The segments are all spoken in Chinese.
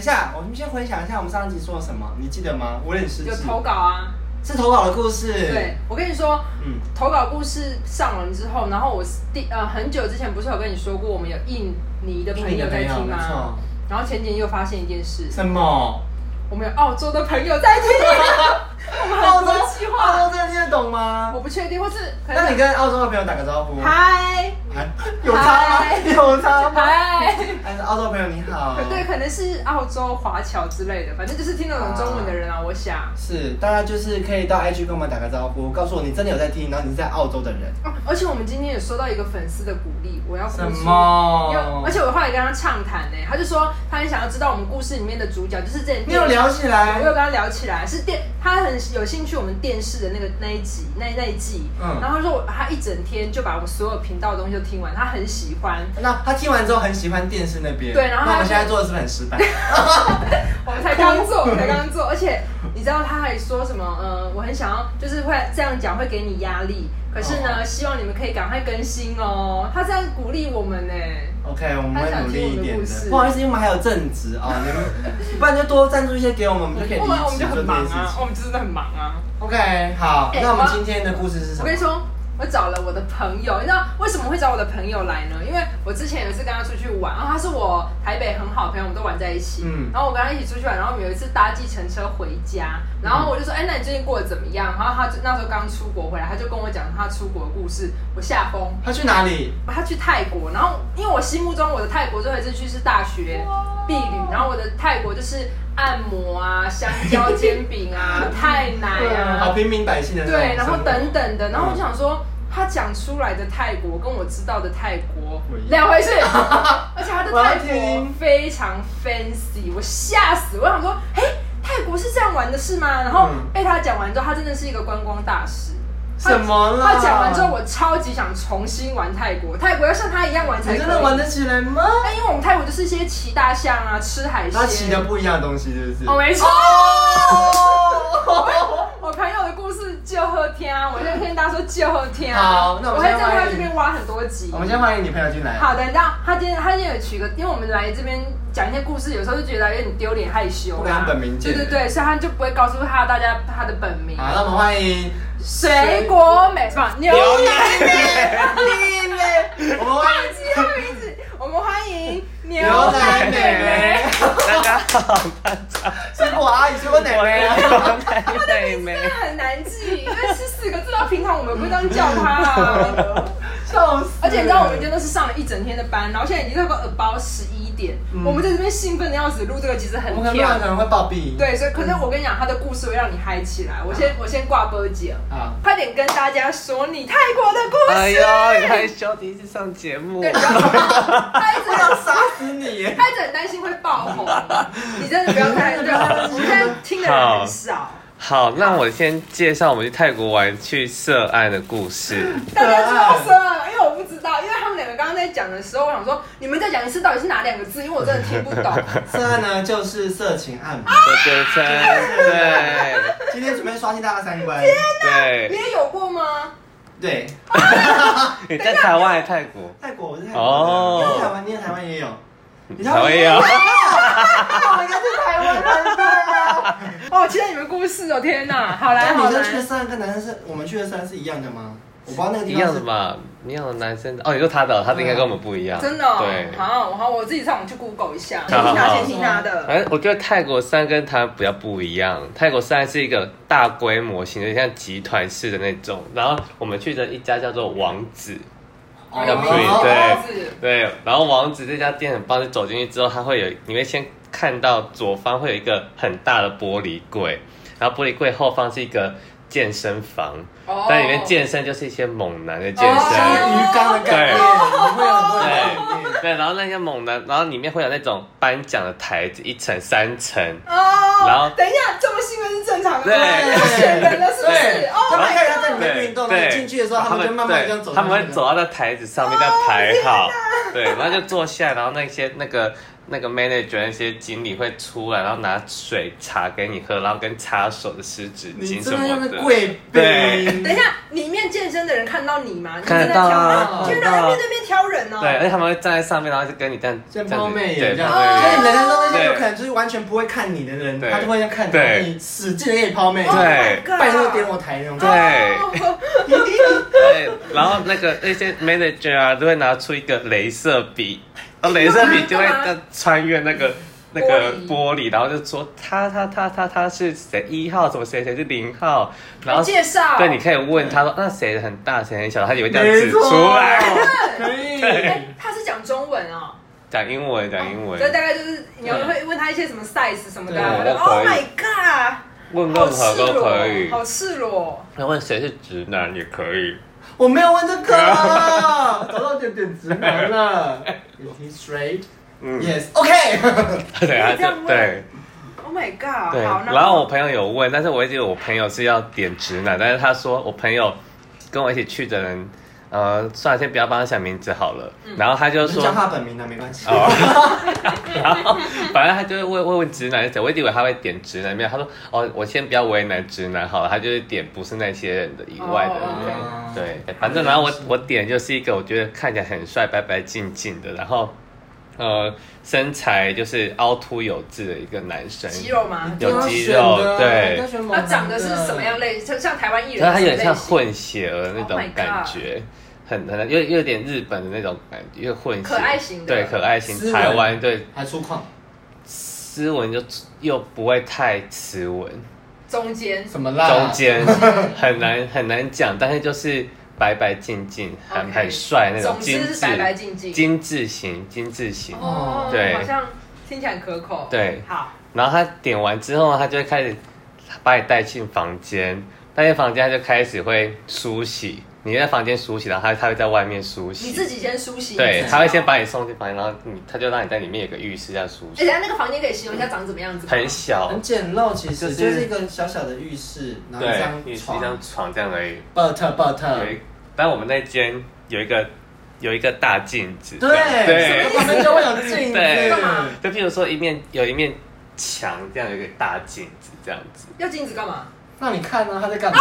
下，我们先回想一下我们上一集说了什么，你记得吗？我有点失有智。投稿啊。是投稿的故事。对，，我跟你说，嗯，投稿故事上完之后，然后我是第呃很久之前不是有跟你说过，我们有印尼的朋友在印尼的听朋友没错吗？然后前几天又发现一件事，什么？我们有澳洲的朋友在听， 我们澳很洲多计澳划，洲真的听得懂吗我？不确定，或是可能那你跟澳洲的朋友打个招呼。嗨哎有差吗嗨？有差吗？嗨， 哎，澳洲朋友你好。对，可能是澳洲华侨之类的，反正就是听得懂中文的人啊，我想。是，大家就是可以到 IG 跟我们打个招呼，告诉我你真的有在听，然后你是在澳洲的人。哦而且我们今天也收到一个粉丝的鼓励，我要哭出什么因为而且我后来跟他畅谈呢，他就说他很想要知道我们故事里面的主角，就是这你有聊起来我有跟他聊起来，是电，他很有兴趣我们电视的那个那一集那那一季，嗯然后他说我他一整天就把我们所有频道的东西都听完，他很喜欢，那他听完之后很喜欢电视那边，对然后他那我们就现在做的是不是很失败？我们才刚做，我们才 刚做，而且你知道他还说什么？呃，我很想要，就是会这样讲会给你压力，可是呢，哦希望你们可以赶快更新哦。他这样鼓励我们呢。 OK，我们会努力一点他想听我们的故事的。不好意思，因为我们还有正职 啊，你们不然就多赞助一些给我们，我们就可以我们我离们职做就很这件忙事啊，情。我们真的很忙啊。 OK，好，哎那我们我今天的故事是什么我跟你？说，我找了我的朋友，你知道为什么会找我的朋友来呢？因为我之前有一次跟他出去玩，然后他是我台北很好的朋友，我们都玩在一起。嗯然后我跟他一起出去玩，然后我们有一次搭计程车回家，然后我就说：“哎、那你最近过得怎么样？”然后他就那时候刚出国回来，他就跟我讲他出国的故事，我吓疯。他去哪里？他去泰国，然后因为我心目中我的泰国最后一次去是大学避旅，然后我的泰国就是按摩啊、香蕉煎饼啊、泰奶啊，好平民百姓的那种嗯对，然后生活等等的，然后我就想说，他讲出来的泰国跟我知道的泰国不一样两 回事，而且他的我要泰国听非常 fancy，我吓死，我想说，嘿，泰国是这样玩的是吗？然后嗯被他讲完之后，他真的是一个观光大使。他什么啦？他讲完之后，我超级想重新玩泰国，泰国要像他一样玩才可你以。真的玩得起来吗？哎，因为我们泰国就是一些骑大象啊，吃海鲜。他骑的不一样的东西，是不是？哦，没 错。哦我朋友的故事就喝天啊，我就跟大家说就喝天啊。好那我我们会先在他欢迎这边挖很多集我。们先欢迎你朋友进来。好的，你知道他今天他今天有取个，因为我们来这边讲一些故事，有时候就觉得有点丢脸害羞不啦、跟他本名见对对对，所以他就不会告诉他大家他的本名。好，那我们欢 迎水果美不牛奶美，妹 妹，我们欢忘记他名字，我们欢迎迎牛牛奶妹奶美妹美。，大家好，大家水果阿姨，水果奶我奶 啊是。牛奶妹妹，真的很难记，因为是四个字，到平常我们不会这样叫他啊。笑死！而且你知道，嗯我们今天都是上了一整天的班，然后现在已经差不多 about 十一点，嗯我们在这边兴奋的要死，录这个其实很我们可能跳可。能会暴毙。，对，所以可是我跟你讲，他的故事会让你嗨起来。我先我先挂波姐，好，快点跟大家说你泰国的故哎事。呦，你害羞，第一次上节目对，，你不要，他一直我要杀死你耶！他一直很担心会爆红，你真的不要太对。啊我们现在听的人很少，好，那我先介绍我们去泰国玩去涉案的故事。大家知道说，因为我不知道，因为他们两个刚刚在讲的时候，我想说你们在讲一次到底是哪两个字，因为我真的听不懂。 这个呢就是色情按摩，对对对今天准备刷新大家三观。对你对，也有过吗？对，你在台湾还是泰国？泰国我是泰国哦的，你在台湾，你在台湾也有，你台湾也有，我应该是台湾人吧？哦，期待你们故事哦！天哪，好来那好女来生，去的三跟男生是我们去的三是一样的吗？我不知道那个地一方样是的吧？一样的男生哦，你说他的，他的应该跟我们不一样，真的、哦，对。好好，我自己上网去 Google 一下，先好好听他，好先听他的。反正我觉得泰国山跟台湾比较不一样，泰国山是一个大规模型的，像集团式的那种。然后我们去的一家叫做王子，哦要注意哦对对，对，然后王子这家店很棒，就走进去之后，它会有，你会先看到左方会有一个很大的玻璃柜，然后玻璃柜后方是一个健身房，哦在里面健身就是一些猛男的健像身。鱼缸的概念，对你会有很多人会有对，然后那些猛男，然后里面会有那种颁奖的台子，一层、三层，哦，然后等一下，这么兴奋是正常的吗，对要选人了是不是对？他们哦，开始在里面对运动，然后进去的时候，他们就慢慢这样对走。哦他们会走，到那台子上面，这样排好，对，然后就坐下，然后那些那个那个 manager 那些经理会出来，然后拿水茶给你喝，然后跟擦手的湿纸你巾什真的么像的个。贵对宾。等一下，里面健身的人看到你吗？你看正在得到挑啊人，看居得到然啊还在那边挑人哦。对，而且他们会站在上面，然后就跟你这样像这样猫子妹对也这样，猫妹所以对你人生中那些对有可能就是完全不会看你的人，对他就会要看对你，你使劲的给你抛妹， Oh my 对 god 拜托点我台那种。对哦对，然后那个那些 manager 啊，都会拿出一个镭射笔，然后镭射笔就会干嘛这穿越 那个那个玻璃玻璃，然后就说他他他他他是谁一号，什么谁谁是零号，然后介绍。对，你可以问他说那谁很大谁很小，他也会这样没指错，出来。可以。 哎，他是讲中文哦。讲英文，讲英文所，以大概就是你会问他一些什么 size 什么的啊，他对就 Oh 我 my 可以 god，问好任何赤都可以裸，。好赤裸。那问谁是直男也可 以。我没有问这个，啊找到点点直男 了。Is he straight? 嗯， Yes. OK. 对啊，这样就问对。 Oh my god，对，好，然后我朋友有问，但是我一直我朋友是要点直男，但是他说我朋友跟我一起去的人，呃，算了，先不要帮他想名字好了。嗯然后他就你说，叫他本名的没关系。哦，然后反正他就会问问问直男是谁，我一直以为他会点直男，没有，他说哦，我先不要为难直男好了，他就是点不是那些人的以外的人。哦哦对，反正然后我我点就是一个我觉得看起来很帅、白白净净的，然后呃身材就是凹凸有致的一个男生，肌肉吗？有肌肉对他长得是什么？样类？像像台湾艺人，然后他有点像，混血儿那种 Oh my 感觉，很很又又有点日本的那种感觉，又混血可爱型的对可爱斯文型台湾对还粗犷，斯文就又不会太斯文，中间什么啦？中间很难 很难讲，但是就是白白净净，很 OK 很帅那种总精之是致白白净净。精致型精致型。哦，对好像听起来很可口。，对，好，然后他点完之后，他就会开始把你带进房间，带进房间他就开始会梳洗。你在房间梳洗，然后他他会在外面梳洗。你自己先梳洗。哎对你自，己他会先。把你送进房间，然后你他就让你在里面有个浴室这样梳哎，洗，等下那个房间可以形容一下长怎么样子吗？很小，很简陋，其就实是就是一个小小的浴室，然后对，一一张床张床嗯这样而已。 ，but 有 but，一，但我们那间有一个有一个大镜子，这样对，所以旁边就会有镜对干嘛子，对，就譬如说一面有一面墙这样有一个大镜子这样子，要镜子干嘛？让你看啊，他在干嘛？哎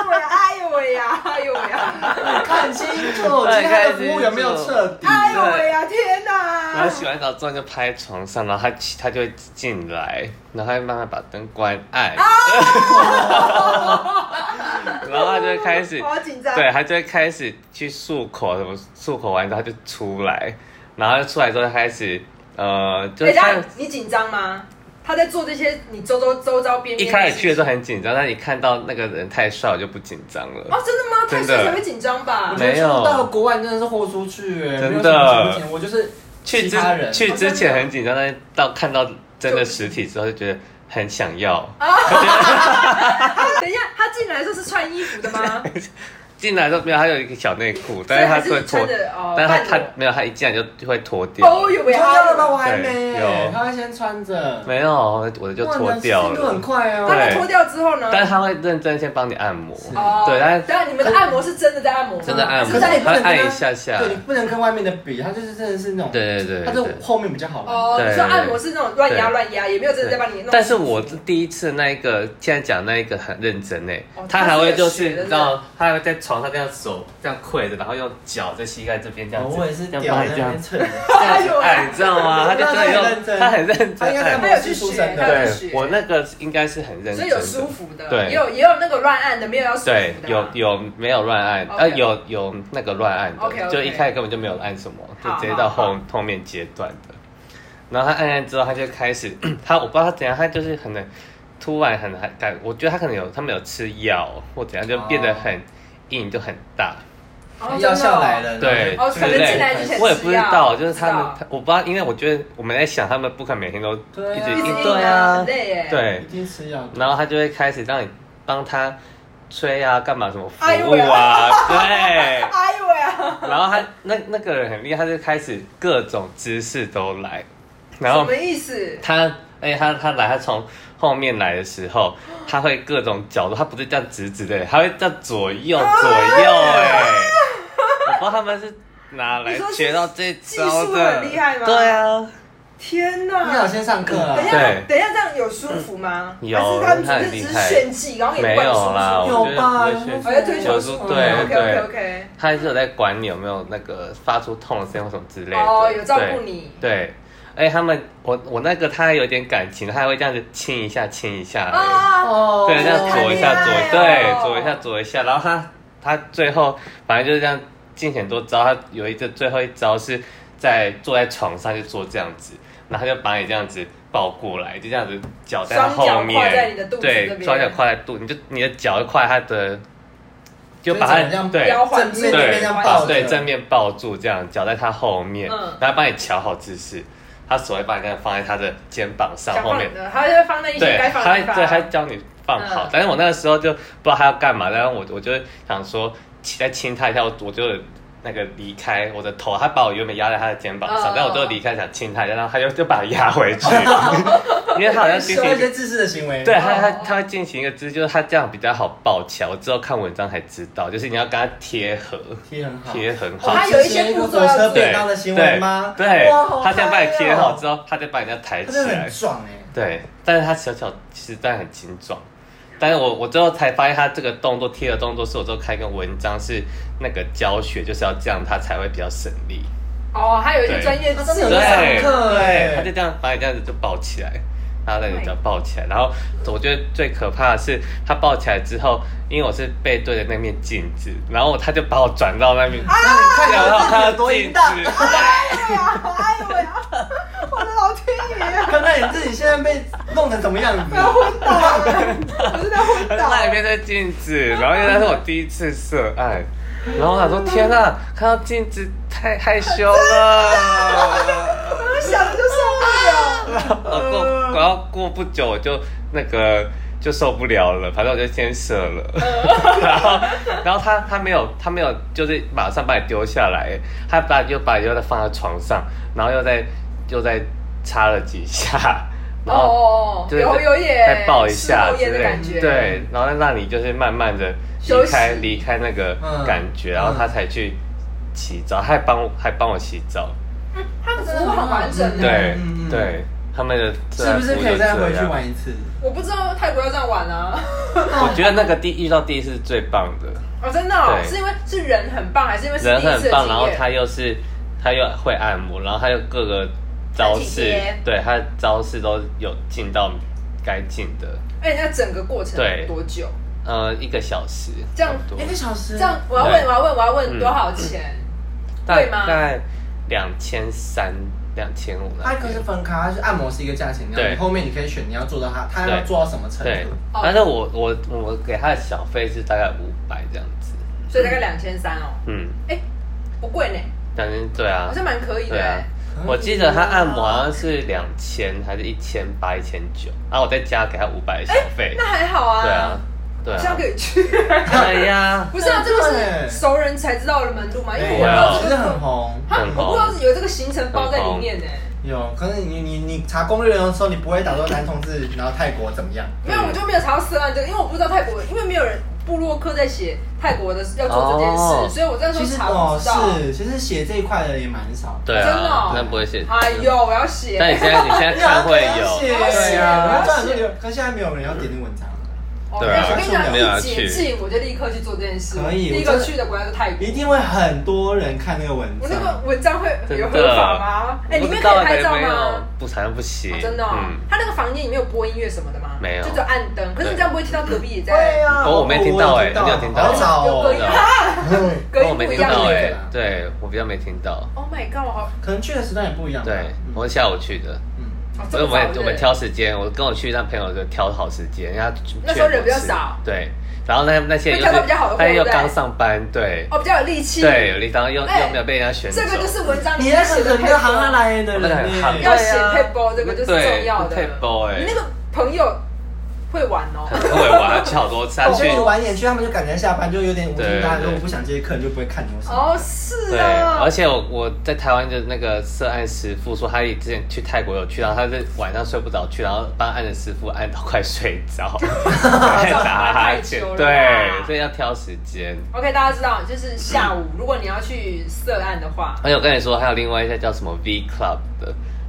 呦喂，哎呦喂呀，哎呦喂 呀，看清楚，今天他的服务有没有彻底？哎呦喂呀，天哪！然后洗完澡之后就趴在床上，然后他起他就会进来，然后他会慢慢把灯关暗， 然后他就会开始好紧张。对，他就会开始去漱口，什么漱口完之后他就出来，然后出来之后就开始呃，就等是一他下，哎你紧张吗？他在做这些你周周周遭边一边开始去的时候候很紧张，但你看到那个人太帅，我就不紧张了。哦，真的吗？太真帅的才会紧张吧？没有到了国外真的是豁出去，没有真的什么情节我就是去其之他人去之哦真前的很紧张，但是到看到真的实体之后就觉得很想要。啊等一下，他进来的时候是穿衣服的 吗？进来都没有，他有一个小内裤，但是他所以还会是穿，脱的哦，但是他他半没有，他一进来就就会脱掉。裸。哦有不喂，要了吧，我还没对有，他会先穿着，没有，我的我的就脱掉哇你的速度很了。快那哦，他脱掉之后呢？但是他会认真先帮你按摩，哦，对，但是但你们的按摩是真的在按摩吗？真的按可摩，是他也不他能跟他按一下下，对你不能跟外面的比，他就是真的是那种，对对对他对就对。后面比较好玩。哦，你说对对按摩是那种乱压对乱压，也没有真的在帮你弄。但是我第一次那一个，现在讲那一个很认真呢、哦他还会他是就有是学你的知道，他还会在床上这样手这样跪着，然后用脚在膝盖这边这样子，哦我也是这屌样在那帮你这样边蹭， 哎呦哎，喂，你知道吗？他就真的用，他他很认他应该真在按。模式出身他有的，去学，对我那个应该是很认真的，所以有舒服的，对也有也有那个乱按的，没有要舒服对，的有啊。有没有乱按？ OK 呃，有有那个乱按 OK，OK 的，就一开始根本就没有按什么，就好直接到好后后面阶段的。然后他按按之后，他就开始， 他我不知道他怎样，他就是可能突然很很感，我觉得他可能有他们有吃药或怎样，就变得很硬，就很大。哦要下来。了，真的哦对哦，可能之类进来之前我也不知道，就是吃他们药，他我不知道，因为我觉得我们在想，他们不可能每天都对啊一直一一直直对很啊，累耶。对一，定吃药。然后他就会开始让你帮他吹啊，干嘛什么服哎呦务喂啊，对。哎呦喂啊！然后他那那个人很厉害，他就开始各种姿势都来，然什后么意思？他哎、他他来，他从后面来的时候，他会各啊种角度，他不是这样直直的，他会这样左右左右哎、我不知道他们是哪来你说是学到这招技术的，很厉害吗对啊，天你好，哪！先上课哎等一下了。对，嗯等一下，这样有舒服吗？有还是他们他只很是厉只是害炫技，然后也没灌输有啦，出我觉有吧得不会哦学要推求有舒时服。候 OK 对 OK 对， OK。他还是有在管你有没有那个发出痛的声音或什么之类的，哦，有照顾对你，对，哎、他们，我我那个他还有点感情，他还会这样子亲一下亲一下，哎啊，哦对，这样左一下左，好对可爱哦，左一下左一下，然后他他最后反正就是这样进很多招，他有一个最后一招是在坐在床上就做这样子，然后他就把你这样子抱过来，就这样子脚在他双脚后跨在你的面肚，子这对，边双脚跨在肚，你就你的脚就跨在他的，就把就是这他样对摇环正面面这对样环抱着对正面抱住这样，脚在他后面，嗯然后帮你调好姿势，他手会把你这样放在他的肩膀上想后放面，的，他就会放在一些对，该放的地他方。对他教你放好，嗯但是我那个时候就不知道他要干嘛，然后我我就想说亲再亲他一下，我我就那个离开我的头，他把我原本压在他的肩膀上，嗯但我就离开想亲他一下，然后他就就把我压回 去，因为他好像进做行一 一个些自私的行为。对他他哦他会进行一个姿势，就是他这样比较好抱起来。我之后看文章才知道，就是你要跟他贴合，贴很好。贴很好哦。他有一些步骤要做火车便当的行为吗？对，对哇好他先把你贴好哦之后，后，他再把人家抬他起真的来很。壮哎。对，但是他小小其实但很精壮，但是我我最后才发现他这个动作贴的动作是我之后看一个文章是那个教学就是要这样他才会比较省力，哦，还有一些对专业他知真的识有，在上课对，他哎就。这样把你这样子就抱起来，然后在你这样抱起来，然后我觉得最可怕的是他抱起来之后，因为我是背对着那面镜子，然后他就把我转到那面，啊看然后到看自己有到多镜淫荡，子，哎呀，哎呦喂啊！我的老天爷啊！看看你自己现在被弄成什么样子。啊要昏倒了，我真的昏他倒那里面了。在镜子，然后因为那是我第一次涉案，然后我想说天啊，看到镜子太害羞了。我想着就受不了。我过，然后过不久我就那个就受不了了，反正我就先射了， 然后然后他他没有他没有就是马上把你丢下来，他把又把你又再放在床上，然后又再又再插了几下，然后。哦，就是有有也再抱一下吃之后的类感觉，对，然后让你就是慢慢的休离息开离开那个嗯感觉，然后他才去洗澡，他还帮我还帮我洗澡，他们服务很完整嗯的。对嗯嗯对，他们的啊是不是可以再回去？玩一次？我不知道泰国要这样玩啊！我觉得那个第遇到第一次是最棒的，哦，真的哦，对是因为是人很棒，还是因为是人第一次很的棒，经然后验？他又是他又会按摩，然后他又各个招式很体贴，对他的招式都有进到该进的，哎，那整个过程对多久？呃，一个小时，这样差不多一个哎小时，这样我要问，对我要问，我要问嗯多少钱？大贵吗概两千三、两千五它那可边是分开，它是按摩是一个价钱，然后对你后面你可以选你要做到它，它要对做到什么程对度。，哦但是我我我给他的小费是大概五百这样子，所以大概两千三哦，嗯，哎，不贵呢，反正对啊好，像蛮可以对的啊哎。，我记得他按摩好像是两千还是一千八、一千九，然后我再加给他五百的小费那，还好啊，对啊，，对这样啊，可以去。 对呀，不是啊，这个哎对是熟人才知道的门路嘛，因为我不没有，知道这其个实很红。哈，很我红不知道有这个行程包在里面呢。有，可是你你你查攻略的时候，你不会打说男同志，然后泰国怎么样？没有，我就没有查到涉案这个，因为我不知道泰国，因为没有人部落客在写泰国的要做这件事，哦所以我在时其候实查哦不知道。是，其实写这一块的也蛮少。对真的哦啊，那不会写，啊哎呦，我要写。但你现在你现在看会 有，对我呀要，写当然是有，可现在没有人要点你文章了，哦对啊我跟你讲，没有人一解去禁我就立刻去做这件事。可以第我一个真的去的国家是泰国一。定会很多人看那个文我那个章。文章会真有的合法吗？哎，里面可以拍照没有吗？，不好像不行哦，真的哦，他那个房间里面有播音乐什么的吗？嗯没有就只有暗灯。可是你对这样不会听到隔壁也在啊哦我没听到哎我你有听到好吵有隔音哦。啊，嗯隔我音没不一听样到欸哎耶。，对我比较没听到， Oh my god！我好，可能去的时段也不一样吧。对嗯我是下午去的，嗯，哦这所么以我们早我们挑时间，我跟我去那朋友就挑好时间，人家那时候人比较少，对，然后那那些人会挑到比较好的货那些又对不对刚上班，对哦，比较有力气。对，有立当又哎又没有被人家选走这，个就是文章里你面那写是的整配个行合啊。来的我们很人行呢啊要写 paper，这个就是重要的。 paper 哎你那，个朋友会玩哦。很会玩，啊去好多 次，他我去跟你晚点去，他们就赶着下班，就有点无精打采。对对对如果不想接客，你就不会看你有什么。哦，是对，啊，而且我我在台湾的那个涉案师傅说，他之前去泰国有去，然后他是晚上睡不着去，然后帮按的师傅按到快睡 着，在打哈太欠久了吧对，所以要挑时间。 OK，大家知道，就是下午，如果你要去涉案的话，而且我跟你说，还有另外一家叫什么 V Club 的，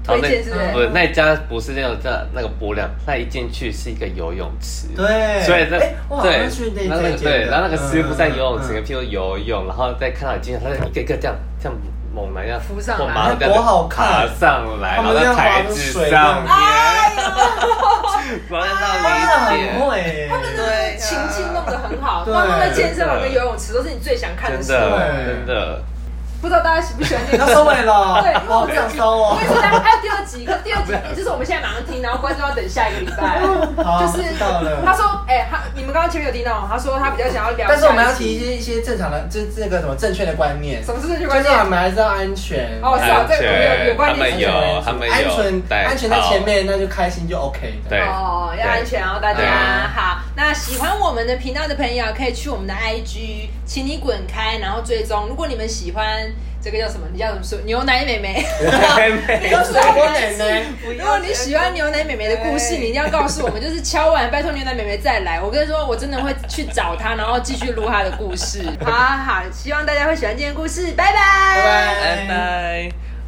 然后推荐是不是那不那一家不是那种在那个波浪，那一进去是一个游泳池。对，所以那哎我好对像去那，然后那一个家对，然后那个师傅在游泳嗯池嗯里嗯譬如游泳，然后再看到你进来，他就一个一个这样这样猛来，这样浮上来我马上这样多好看爬上他来，然们后在台子上面，然后哎 再到他你们一很哎点，会，他们对，啊情境弄得很好，对包括在健身房跟游泳池都是你最想看的真事。的对真的，不知道大家喜不喜欢这要个？收尾了，对我好不想收哦我。也是，还有第二集，可是第二集也就是我们现在马上听，然后观众要等下一个礼拜。好就是知道 了他说，哎，他你们刚刚前面有听到吗，他说他比较想要聊下一集，但是我们要提一些一些正常的，这这个什么正确的观念，什么是正确就观是念我？们还是要安全。哦是啊这个有有关他联们有他们有安全，带安全在套前面，那就开心就 OK 的。对哦，要对安全哦，大对啊家好。那喜欢我们的频道的朋友，可以去我们的 IG，请你滚开，然后追踪。如果你们喜欢这个叫什么，你叫什么说牛奶 妹妹，你都是我奶奶，如果你喜欢牛奶妹妹的故事，你一定要告诉我们，就是敲完拜托牛奶妹妹再来。我跟你说，我真的会去找她，然后继续录 她的故事。好好，希望大家会喜欢今天的故事，拜拜拜拜拜。